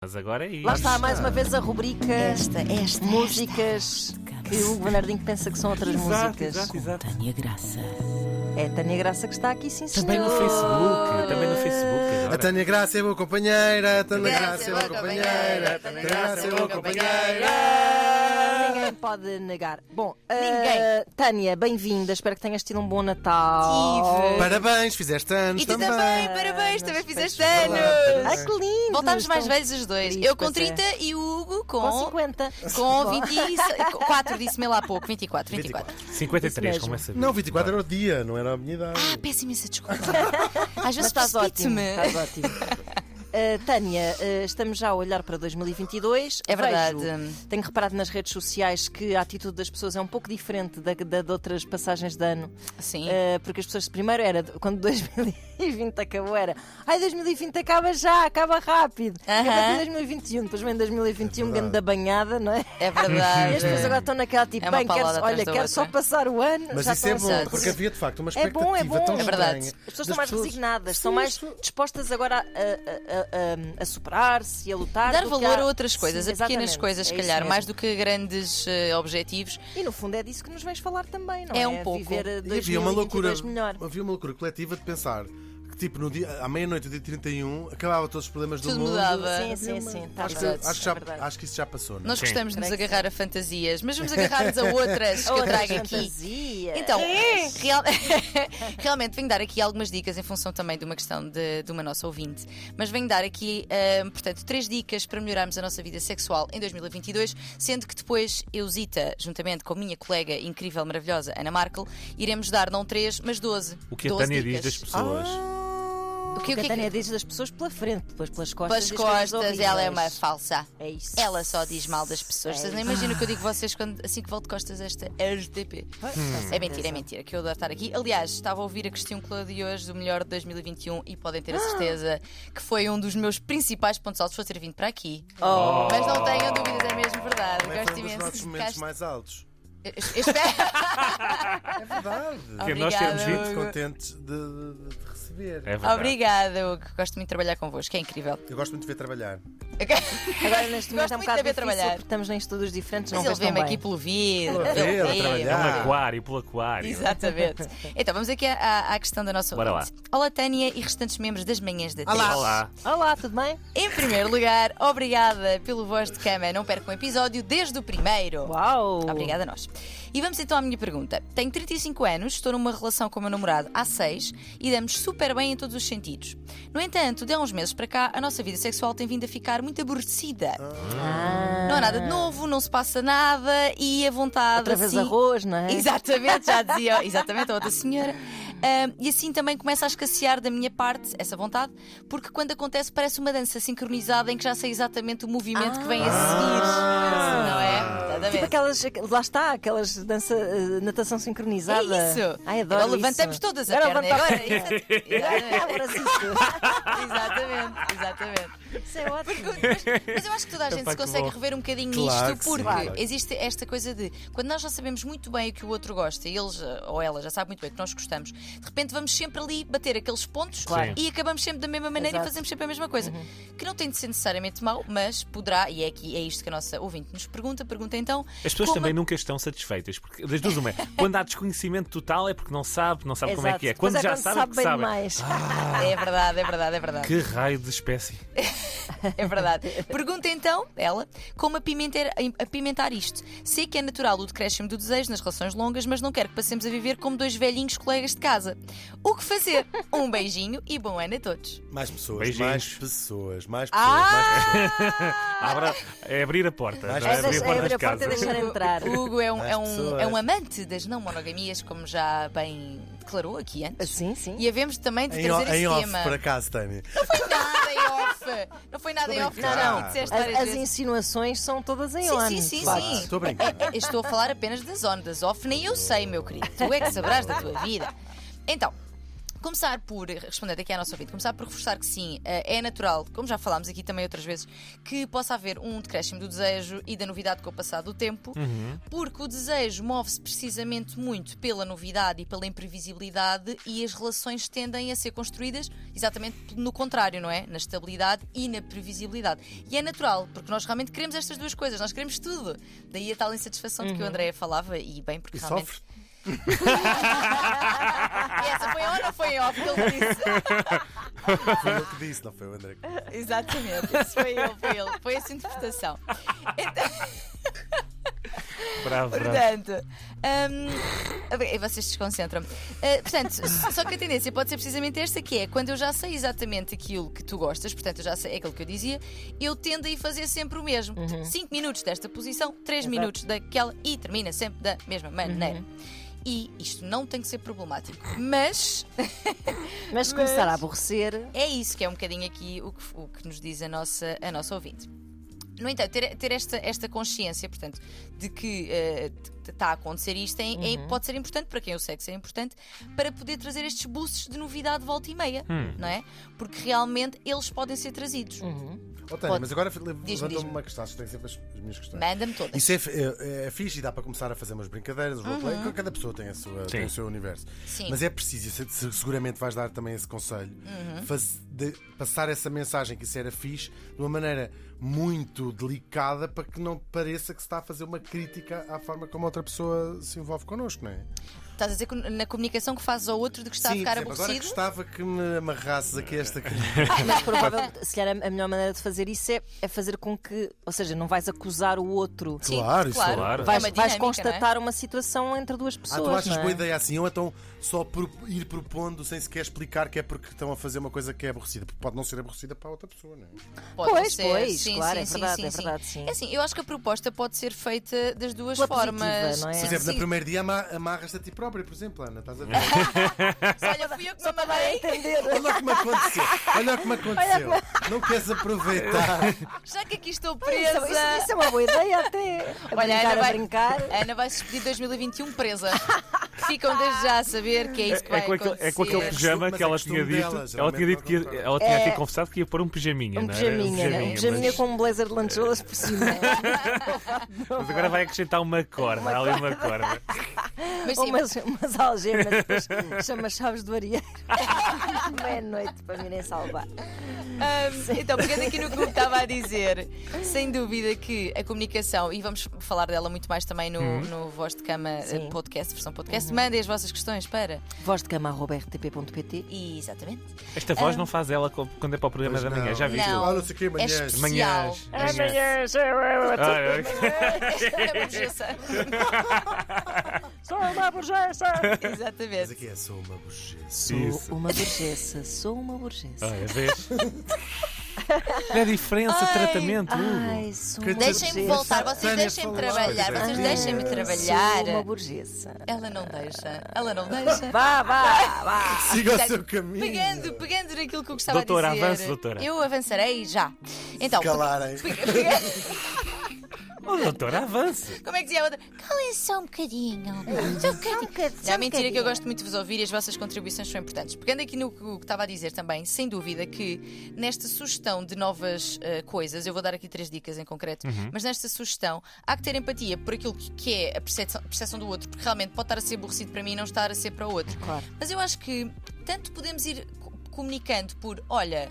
Mas agora é isso. Lá está, mais uma vez, a rubrica Esta, esta, Músicas que o Hugo Bernardinho pensa que são outras Exato, músicas. exato, exato. Tânia Graça. É a Tânia Graça que está aqui, sim, senhor. Também no Facebook, Ah. também no Facebook. A Agora. Tânia Graça é boa companheira, a Tânia Graça Graça é boa companheira, a Tânia Graça é boa Ah, companheira. Ninguém pode negar. Bom, Ninguém. ah, Tânia, bem-vinda. Espero que tenhas tido um bom Natal. Tive. Parabéns, fizeste anos E tu também, também. parabéns, também fizeste Feliz Natal. anos. Ah, que lindo! Voltámos mais Estão velhos os dois. tristes, Eu com pois é. 30 e o Hugo com. Com 50. Com 24, disse-me lá há pouco. 24, 24. 53, Isso mesmo. como é sabido. Não, 24 era o dia, não era a minha idade. Ah, peço imensa desculpa. Às Mas vezes estás ótimo. precipito-me. Estás ótimo. Ah, Tânia, ah, estamos já a olhar para 2022. É verdade. Vejo, tenho reparado nas redes sociais que a atitude das pessoas é um pouco diferente da, da de outras passagens de ano. Sim. Uh, porque as pessoas primeiro era quando 2020 acabou era ai 2020 acaba já, acaba rápido. É Aham. para 2021, depois vem 2021 dentro da um, banhada, não é? E É as pessoas agora verdade. estão naquela tipo, É uma bem, quero, paulada atrás olha, da quero outra. só passar o ano. Mas já isso é estão bom, assim. porque havia de facto É uma expectativa bom, é bom. tão É verdade. estranha As pessoas estão das mais resignadas, estão mais Sim, isto- dispostas agora a, a- a- a- a superar-se e a lutar. do Dar que valor a outras coisas, Sim, a pequenas exatamente. coisas, se É calhar, isso mais mesmo. do que grandes eh, objetivos. E no fundo é disso que nos vais falar também, não é? É um pouco. Viver eh, E havia uma loucura, 2022 melhor. havia uma loucura coletiva de pensar que tipo no dia, à meia-noite do dia 31 acabava todos os problemas do Tudo mundo. mudava. Sim, sim, sim. tá Acho que, verdade, acho, que já- é verdade. acho que isso já passou, não é? Nós Sim. gostamos de nos Creio que agarrar a fantasias, mas vamos agarrar-nos a outras que eu Outras trago aqui. fantasias. Então, real- realmente venho dar aqui algumas dicas em função também de uma questão de, de uma nossa ouvinte. Mas venho dar aqui, ahm, portanto, três dicas para melhorarmos a nossa vida sexual em 2022, sendo que depois Eusita, juntamente com a minha colega incrível, maravilhosa, Ana Markel, iremos dar não três, mas 12. O que a 12 Tânia diz dicas. das pessoas. Ah. O Que que, o que a é Tânia que... diz das pessoas pela frente, depois pelas costas. Pelas diz coisas costas, ela é uma horríveis. falsa. É isso. Ela só diz mal das pessoas. É Vocês nem isso. imaginam o que eu digo a vocês quando, assim que volto de costas a esta RTP. É mentira, é mentira, que eu adoro estar aqui. Aliás, estava a ouvir a Cristian Cláudio de hoje, do melhor de 2021, e podem Ah! ter a certeza que foi um dos meus principais pontos altos. Vou ter vindo para aqui. Mas não tenham dúvidas, é mesmo verdade. Oh. Também foi Gosto um dos nossos imenso. momentos Gosto- mais altos. Eu- eu Espero. É verdade. Que nós Obrigada, temos Hugo. vindo. Muito contente de, de- de receber. É verdade. Obrigada, Hugo. Gosto muito de trabalhar convosco, é incrível. Eu gosto muito de ver trabalhar. Agora neste momento Gosto é um muito de bocado ver difícil trabalhar. porque estamos em estudos diferentes, Mas não ele vês tão vê-me bem. aqui pelo vidro. pelo Pelo vidro, vidro. trabalhar. Pelo É um aquário, pelo aquário. Exatamente. Então, vamos aqui à, à questão da nossa Bora lá. ouvinte. Olá, Tânia e restantes membros das manhãs da Tânia. Olá. Olá, tudo bem? Em primeiro lugar, obrigada pelo voz de cama. Não percam um episódio desde o primeiro. Uau! Obrigada a nós. E vamos então à minha pergunta. Tenho 35 anos, estou numa relação com o meu namorado há 6 e damos super bem em todos os sentidos. No entanto, de há uns meses para cá, a nossa vida sexual tem vindo a ficar muito aborrecida. Ah, Não há nada de novo, não se passa nada e a vontade Outra vez assim... arroz, não é? Exatamente, já dizia exatamente a outra senhora. Ahm, e assim também começa a escassear da minha parte essa vontade, porque quando acontece parece uma dança sincronizada em que já sei exatamente o movimento que vem a seguir. Não é? Tipo Exatamente. aquelas, lá está, aquelas dança, eh, natação É sincronizada. isso! Ai, adoro agora levantamos isso. todas a Agora perna. levanta- Agora, exatamente, Agora sim, isso. exatamente, exatamente. Isso é ótimo. Mas, mas eu acho que toda a gente Epá, se É que consegue bom. rever um bocadinho Claro nisto, que sim, porque claro. existe esta coisa de quando nós já sabemos muito bem o que o outro gosta, e eles eh, ou ela já sabe muito bem o que nós gostamos, de repente vamos sempre ali bater aqueles pontos Claro. Uhum. e acabamos sempre da mesma maneira Exato. e fazemos sempre a mesma coisa. Que não tem de ser necessariamente mau, mas poderá, e é, aqui, é isto que a nossa ouvinte nos pergunta, pergunta então. As pessoas como- também nunca estão satisfeitas, porque das duas uma é, quando há desconhecimento total é porque não sabe, não sabe como é Exato. que é. Depois Quando já quando sabe, sabe que bem sabe. Ah. demais. É verdade, é verdade, é verdade. Que raio de espécie. É verdade. Pergunta então, ela, como apimentar, apimentar isto. Sei que é natural o decréscimo do desejo nas relações longas, mas não quero que passemos a viver como dois velhinhos colegas de casa. O que fazer? Um beijinho e bom ano a todos. Mais pessoas, Beijinhos. mais pessoas, mais pessoas, mais pessoas. Ah! Abra- é abrir a porta. Mas não é é abrir a deixar- porta abrir das a porta e casas. deixar- Deixa entrar. O Hugo é um, é, um, pessoas. é um amante das não monogamias, como já bem declarou aqui antes. Ah, Sim, sim. E havemos também de Em, trazer o- em esse off, tema. por acaso, Tânia. Não foi nada em off. Não foi nada em off. Não, já não. aqui disseste várias As, as vezes. insinuações são todas em Sim, ONU. sim, sim, claro. sim. Estou a brincar. Eu Estou a falar apenas das ondas off, nem eu sei, meu querido. Tu é que saberás da tua vida. Então, Começar por, respondendo aqui à nossa ouvinte, começar por reforçar que sim, eh, é natural, como já falámos aqui também outras vezes, que possa haver um decréscimo do desejo e da novidade com o passar do tempo, porque o desejo move-se precisamente muito pela novidade e pela imprevisibilidade e as relações tendem a ser construídas exatamente no contrário, não é? Na estabilidade e na previsibilidade. E é natural, porque nós realmente queremos estas duas coisas, nós queremos tudo. Daí a tal insatisfação de que o André falava, e bem, porque E realmente. Ah, sofre. Essa foi on ou foi off que ele disse? Foi ele que disse, não foi o André. que- Exatamente, isso foi ele, foi ele, foi essa interpretação. Bravo, bravo. Portanto, hum, bem, vocês desconcentram-me. Uh, portanto, s- só que a tendência pode ser precisamente esta, que é quando eu já sei exatamente aquilo que tu gostas, portanto, eu já sei é aquilo que eu dizia, eu tendo a ir fazer sempre o mesmo. 5 minutos desta posição, 3 Exato. minutos daquela e termina sempre da mesma maneira. E isto não tem que ser problemático, mas Mas se começar a aborrecer. É isso que é um bocadinho aqui o que, o que nos diz a nossa, a nossa ouvinte. No entanto, ter, ter esta, esta consciência, portanto, de que está a acontecer isto é- é- Uhum. pode ser importante para quem eu sei que ser importante para poder trazer estes buços de novidade de volta e meia, Hum. não é? Porque realmente eles podem ser trazidos. Uhum. Ó, Oh, Tânia, mas agora Ah, diz-me. levantou-me uma questão, acho que tem sempre as, as minhas questões. Manda-me todas. Isso é, fi- é, é fixe e dá para começar a fazer umas brincadeiras, roleplay. Cada pessoa tem, a sua, tem o seu universo. Uhum. Sim. Mas é preciso, e se- se- seguramente vais dar também esse conselho, Uhum. faz- de- passar essa mensagem que isso era fixe de uma maneira muito delicada para que não pareça que se está a fazer uma crítica à forma como outra pessoa se envolve connosco, não é? Estás a dizer que na comunicação que fazes ao outro de que está a Sim, ficar por exemplo, agora aborrecido? gostava que me amarrasses aqui esta Mas provavelmente, se calhar, a a melhor maneira de fazer isso é, é fazer com que. Ou seja, não vais acusar o outro. Sim, Claro, isso é claro. Vais, É uma vais dinâmica, constatar uma situação entre duas pessoas. Ah, tu achas não é? boa ideia assim? Ou então só pro- ir propondo sem sequer explicar que é porque estão a fazer uma coisa que é aborrecida. Porque pode não ser aborrecida para outra pessoa, não é? Pode Pois, ser. pois, sim, claro, sim, é sim, verdade, sim, é sim. verdade, sim. É assim, eu acho que a proposta pode ser feita das duas Pela positiva, formas. não é? Por exemplo, Sim. no primeiro dia ama- amarras-te a ti própria, por exemplo, Ana, estás a ver? Olha, fui eu que me amarrei. Olha o que me aconteceu, olha o que me aconteceu. Não queres aproveitar. Já que aqui estou Isso, presa. isso- isso é uma boa ideia até. A Olha, brincar, Ana a vai, brincar. Ana vai se despedir de 2021 presa. Ficam desde já a saber que é isso que vai É com, aquele, acontecer. é com aquele pijama Mas é que ela costume tinha dito. dela, ela geralmente tinha dito que não ia, concorda. ela tinha É. até confessado que ia pôr um pijaminha, Um não é? pijaminha, né? um pijaminha mas, com um blazer de lancholas por cima. mas agora vai acrescentar uma corda, há ali uma corda. Mas Ou sim, umas, umas algemas, depois chama chaves do areeiro. Meia-noite para me irem salvar. Ahm, então, pegando aqui no que o Hugo estava a dizer, sem dúvida que a comunicação, e vamos falar dela muito mais também no, Uhum. no Voz de Cama eh, Sim. Uhum. podcast, versão podcast, mandem as vossas questões para. Voz de cama, arroba rtp.pt. E, exatamente. Esta voz não faz ela co- quando é para o programa Pois da manhã, não. já vi Não. Ah, não sei o que, É manhãs. especial. Manhãs. manhãs. Ah, ok. É uma projeção. Sou uma burguesa! Mas Exatamente. aqui é só uma bojeça. Isso. Sou uma burguesa, sou uma burguesa. Olha, vês? Não é diferença de Ai. tratamento, Hugo. Ai, sou Que uma Deixem-me burguesa. voltar, vocês Tânia deixem-me falou trabalhar, coisas. vocês deixem-me trabalhar. Sou uma burguesa. Ela não deixa, ela não deixa. Vá, vá, vá! Siga o Portanto, seu caminho. Pegando, pegando naquilo que eu gostava Doutora, de dizer. avance, doutora. Eu avançarei já. Então, Calarem. pe- pe- pe- Oh, doutora, avance. como é que dizia a outra? Calem só um bocadinho. Só um bocadinho. Não, é mentira que eu gosto muito de vos ouvir e as vossas contribuições são importantes. Pegando aqui no que o que estava a dizer também, sem dúvida que nesta sugestão de novas eh, coisas, eu vou dar aqui três dicas em concreto, mas nesta sugestão há que ter empatia por aquilo que, que é a percepção, percepção do outro, porque realmente pode estar a ser aborrecido para mim e não estar a ser para o outro. Claro. Mas eu acho que tanto podemos ir co- comunicando por, olha,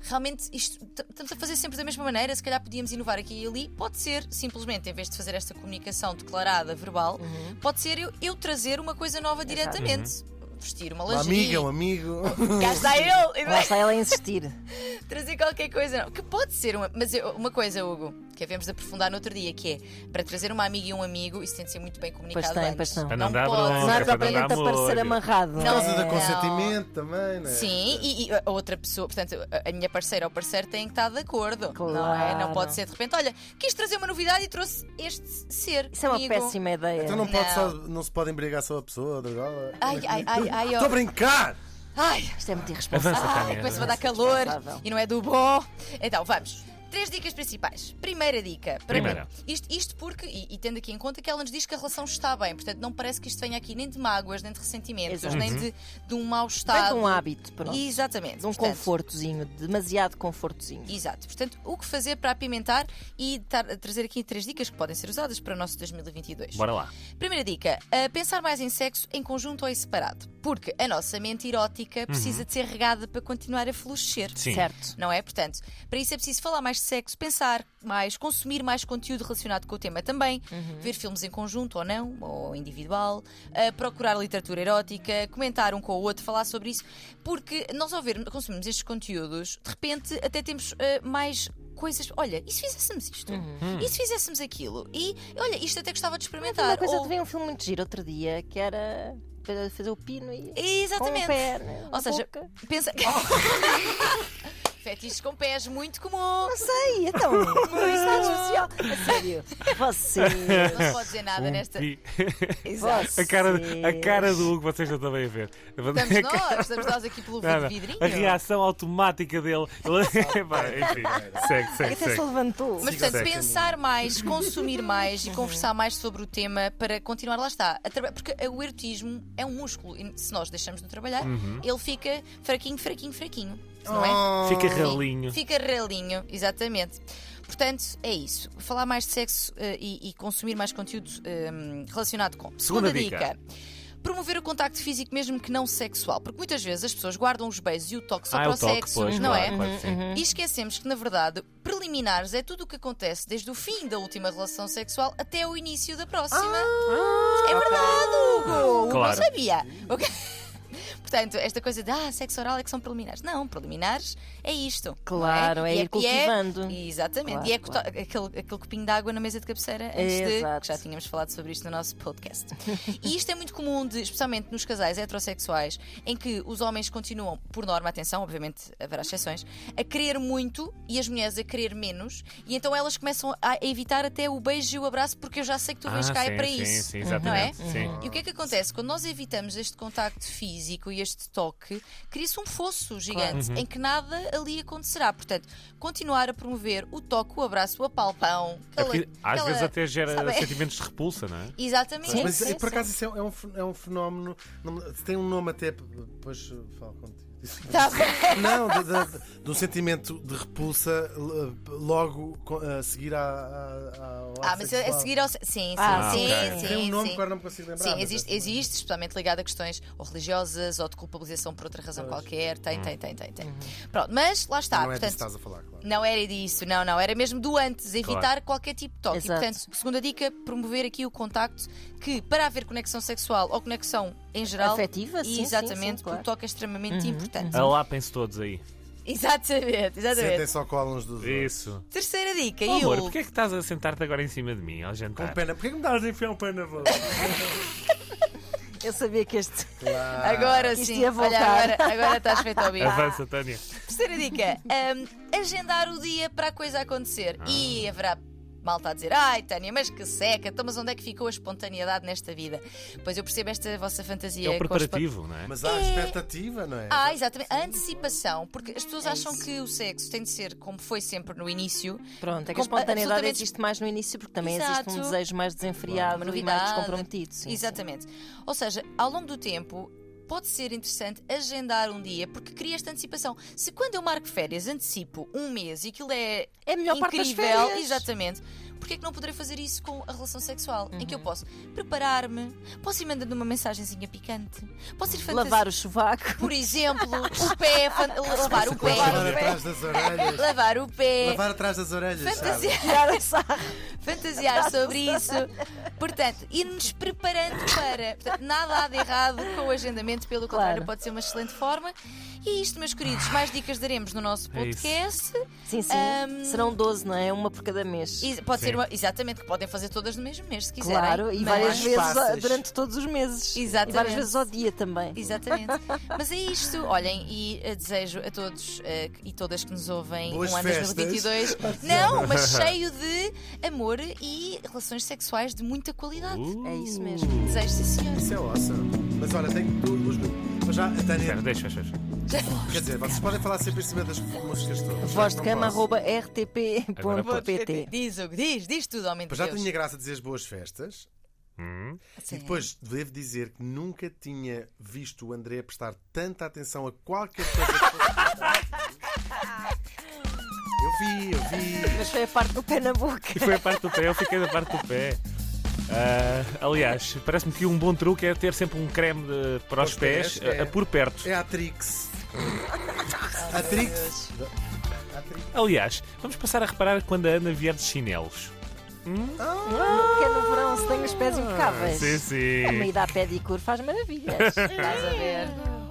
realmente isto t- estamos a fazer sempre da mesma maneira, se calhar podíamos inovar aqui e ali. Pode ser, simplesmente, em vez de fazer esta comunicação declarada, verbal, Uhum. pode ser eu, eu trazer uma coisa nova diretamente. Uhum. Vestir uma Uma lingerie. amiga, um amigo. Cá está ele! E Lá vai está ela a insistir. trazer qualquer coisa. não. Que pode ser uma. Mas eu- uma coisa, Hugo, que havemos de aprofundar no outro dia, que é para trazer uma amiga e um amigo, isso tem de ser muito bem comunicado tem, antes. pois não. Para não dar pode. bronca, Não é para propriamente dar aparecer molho. amarrado. Por causa é? do consentimento também, não é? Sim, e, e a outra pessoa, portanto, a- a minha parceira ou parceiro tem que estar de acordo. Não, é? não Claro. pode ser de repente, olha, quis trazer uma novidade e trouxe este ser. Isso é uma comigo. péssima ideia. Então não, Pode Não. só, não se pode embriagar só a pessoa, drogola. Ai, ai, ai, ai, Estou a ó. brincar! ai, Isto é muito irresponsável. Avança, ai, Tânia. começa a dar calor Responsável. e não é do bom. Então, vamos. Três dicas principais. Primeira dica. Para Primeira. mim, Isto, isto porque, e, e tendo aqui em conta que ela nos diz que a relação está bem, portanto não parece que isto venha aqui nem de mágoas, nem de ressentimentos, Exato. nem de, de um mau Vem estado. de um hábito, pronto. Exatamente. De um portanto, confortozinho, demasiado confortozinho. Exato. Portanto, o que fazer para apimentar e tar- trazer aqui três dicas que podem ser usadas para o nosso 2022. Bora lá. Primeira dica: a pensar mais em sexo em conjunto ou em separado. Porque a nossa mente erótica precisa de ser regada para continuar a florescer. Sim. Certo. Não é? Portanto, para isso é preciso falar mais de sexo, pensar mais, consumir mais conteúdo relacionado com o tema também, ver filmes em conjunto ou não, ou individual, uh, procurar literatura erótica, comentar um com o outro, falar sobre isso, porque nós ao ver, consumirmos estes conteúdos, de repente até temos uh, mais coisas. Olha, e se fizéssemos isto? E se fizéssemos aquilo? E olha, isto até gostava de experimentar. Uma coisa Ou- que vi um filme muito giro outro dia que era para fazer o pino e. Exatamente. Com o pé, né? Ou Na seja, boca. pensa. Fetiches com pés, muito comum. Não sei, então. Está especial. A sério. um Você. Não se pode dizer nada Um nesta. pi- Exato. a, cara, a Sim. cara do Hugo, vocês não estão bem a ver. Estamos nós, estamos nós aqui pelo é Nada. vidrinho. A reação automática dele. Ele- Pá, Enfim, segue, segue, é Até se segue. levantou. Mas, Siga o portanto, Zeca. pensar mais, consumir mais e conversar mais sobre o tema para continuar lá está. a traba- Porque o erotismo é um músculo e se nós deixamos de trabalhar, Uhum. ele fica fraquinho, fraquinho, fraquinho. Não é? Fica Oh. ralinho. Fica ralinho, exatamente. Portanto, é isso. Falar mais de sexo eh, e, e consumir mais conteúdo eh, relacionado com. Segunda dica. Promover o contacto físico, mesmo que não sexual. Porque muitas vezes as pessoas guardam os beijos e o toque só Ah, é para o o toque, sexo, pois, não claro, é? claro que sim. E esquecemos que, na verdade, preliminares é tudo o que acontece desde o fim da última relação sexual até o início da próxima. Ah, é verdade, Hugo! Hugo não Claro. sabia. Ok. Portanto, esta coisa de ah, sexo oral é que são preliminares. Não, preliminares é isto. não Claro, é E ir cultivando. e exatamente. Claro, e é co- aquele, aquele copinho de água na mesa de cabeceira antes de. Exato. que Já tínhamos falado sobre isto no nosso podcast. e isto é muito comum, de- especialmente nos casais heterossexuais, em que os homens continuam, por norma, atenção, obviamente haverá exceções, a querer muito e as mulheres a querer menos. E então elas começam a evitar até o beijo e o abraço, porque eu já sei que tu vens Ah, cá é sim, para sim, isso. sim, não é? exatamente. Sim. E o que é que acontece? Quando nós evitamos este contacto físico e este toque, cria-se um fosso gigante em que nada ali acontecerá. Portanto, continuar a promover o toque, o abraço, o apalpão. É aquela- porque às aquela- vezes até gera assim- sabe? sentimentos de repulsa, não é? Exatamente. Sim. Mas sim, por sim. acaso isso é é um, fen- é um fenómeno. não me- Tem um nome até. Depois uh, falo contigo. Tá bem. Não, de, de, de um sentimento de repulsa l- logo co- a seguir à, à, à- ao Ah, ato mas a- a sexual. seguir ao. Sim, sim, Ah, sim, ok. sim. Tem um nome sim. que agora não me consigo lembrar. Sim, mas existe, é- existe, especialmente ligado a questões ou religiosas ou de culpabilização por outra razão qualquer. Tem, Hum. tem, tem, tem, tem. Pronto, mas lá está. Uhum. Não é disso que portanto, estás a falar, claro. Não era disso, não, não. Era mesmo do antes, evitar Claro. qualquer tipo de toque. Exato. E, portanto, segunda dica, promover aqui o contacto, que para haver conexão sexual ou conexão em geral. Afetiva, sim, sim, Exatamente, sim, porque claro. o toque é extremamente Uhum. Ah. importante. Alapem-se todos aí. Exatamente, exatamente. Sentem-se ao colo uns dos outros. Isso. Terceira dica, Oh, e amor, o- porquê é que estás a sentar-te agora em cima de mim ao Com jantar? pena. Porquê que me dás a é enfiar um pé na boca? Eu sabia que este. Agora Isto sim, ia olha, voltar. agora, agora estás feito ao bicho. Avança, Tânia. Terceira dica: hum, agendar o dia para a coisa acontecer. Ah. E haverá malta a dizer: ai, Tânia, mas que seca, então, mas onde é que ficou a espontaneidade nesta vida? Pois eu percebo esta vossa fantasia. É o com a preparativo, não é? Mas há expectativa, não é? Ah, exatamente. A antecipação, porque as É pessoas acham que o sexo tem de ser como foi sempre no início. Pronto, é que Com- a espontaneidade absolutamente- existe mais no início porque também existe Exato. um desejo mais desenfreado Uma e mais novidade. descomprometido. Sim, exatamente. Ou seja, ao longo do tempo. Pode ser interessante agendar um dia porque cria esta antecipação. Se quando eu marco férias antecipo um mês e aquilo é sim. É melhor parte das incrível, férias. exatamente, porque é que não poderei fazer isso com a relação sexual? Em Uhum. que eu posso preparar-me, posso ir mandando uma mensagenzinha picante, posso ir fantasiar, Lavar o chovaco. por exemplo, o pé, fan- lavar o pé, Lavar atrás das orelhas. lavar o pé, Lavar atrás das orelhas, sabe? fantasiar. Tirar a sarra. fantasiar sobre isso. Portanto, ir-nos preparando para. Portanto, nada há de errado com o agendamento, pelo Claro. contrário, pode ser uma excelente forma. E isto, meus queridos, mais dicas daremos no nosso É isso. podcast. Sim, sim. Ahm. Serão 12, não é? Uma por cada mês. E pode Sim. ser uma, exatamente, que podem fazer todas no mesmo mês, se quiserem. Claro, e Mas- várias vezes ah, Passas. durante todos os meses. Exatamente. E várias vezes ao dia também. Exatamente. Mas é isto. Olhem, e eh, desejo a todos eh, e todas que nos ouvem Boas um ano festas. 2022. Não, mas cheio de amor e relações sexuais de muita qualidade. Uh. É isso mesmo. Desejo, sim, senhor. Isso é awesome. Mas olha, tenho duas. duas- Mas já, a Tânia. Espera, deixa, deixa. deixa. Quer dizer, vocês podem falar sempre em cima das músicas todas. Voz de Não cama posso. arroba É rtp.pt Diz, Hugo, diz, diz tudo, homem de Mas já Deus. tinha graça dizer as boas festas. Sim. E depois devo dizer que nunca tinha visto o André prestar tanta atenção a qualquer coisa. que fosse. eu vi, eu vi. Mas foi a parte do pé na E boca. foi a parte do pé, eu fiquei da parte do pé. Ah, aliás, parece-me que um bom truque é ter sempre um creme de- para os Os pés, pés, a- é. a por perto. É a Trix. Oh, A Meu Trix. Deus. Aliás, vamos passar a reparar quando a Ana vier de chinelos. Porque é no verão se tem os pés impecáveis. Sim, sim. Uma ida à pedicure faz maravilhas. Estás a ver?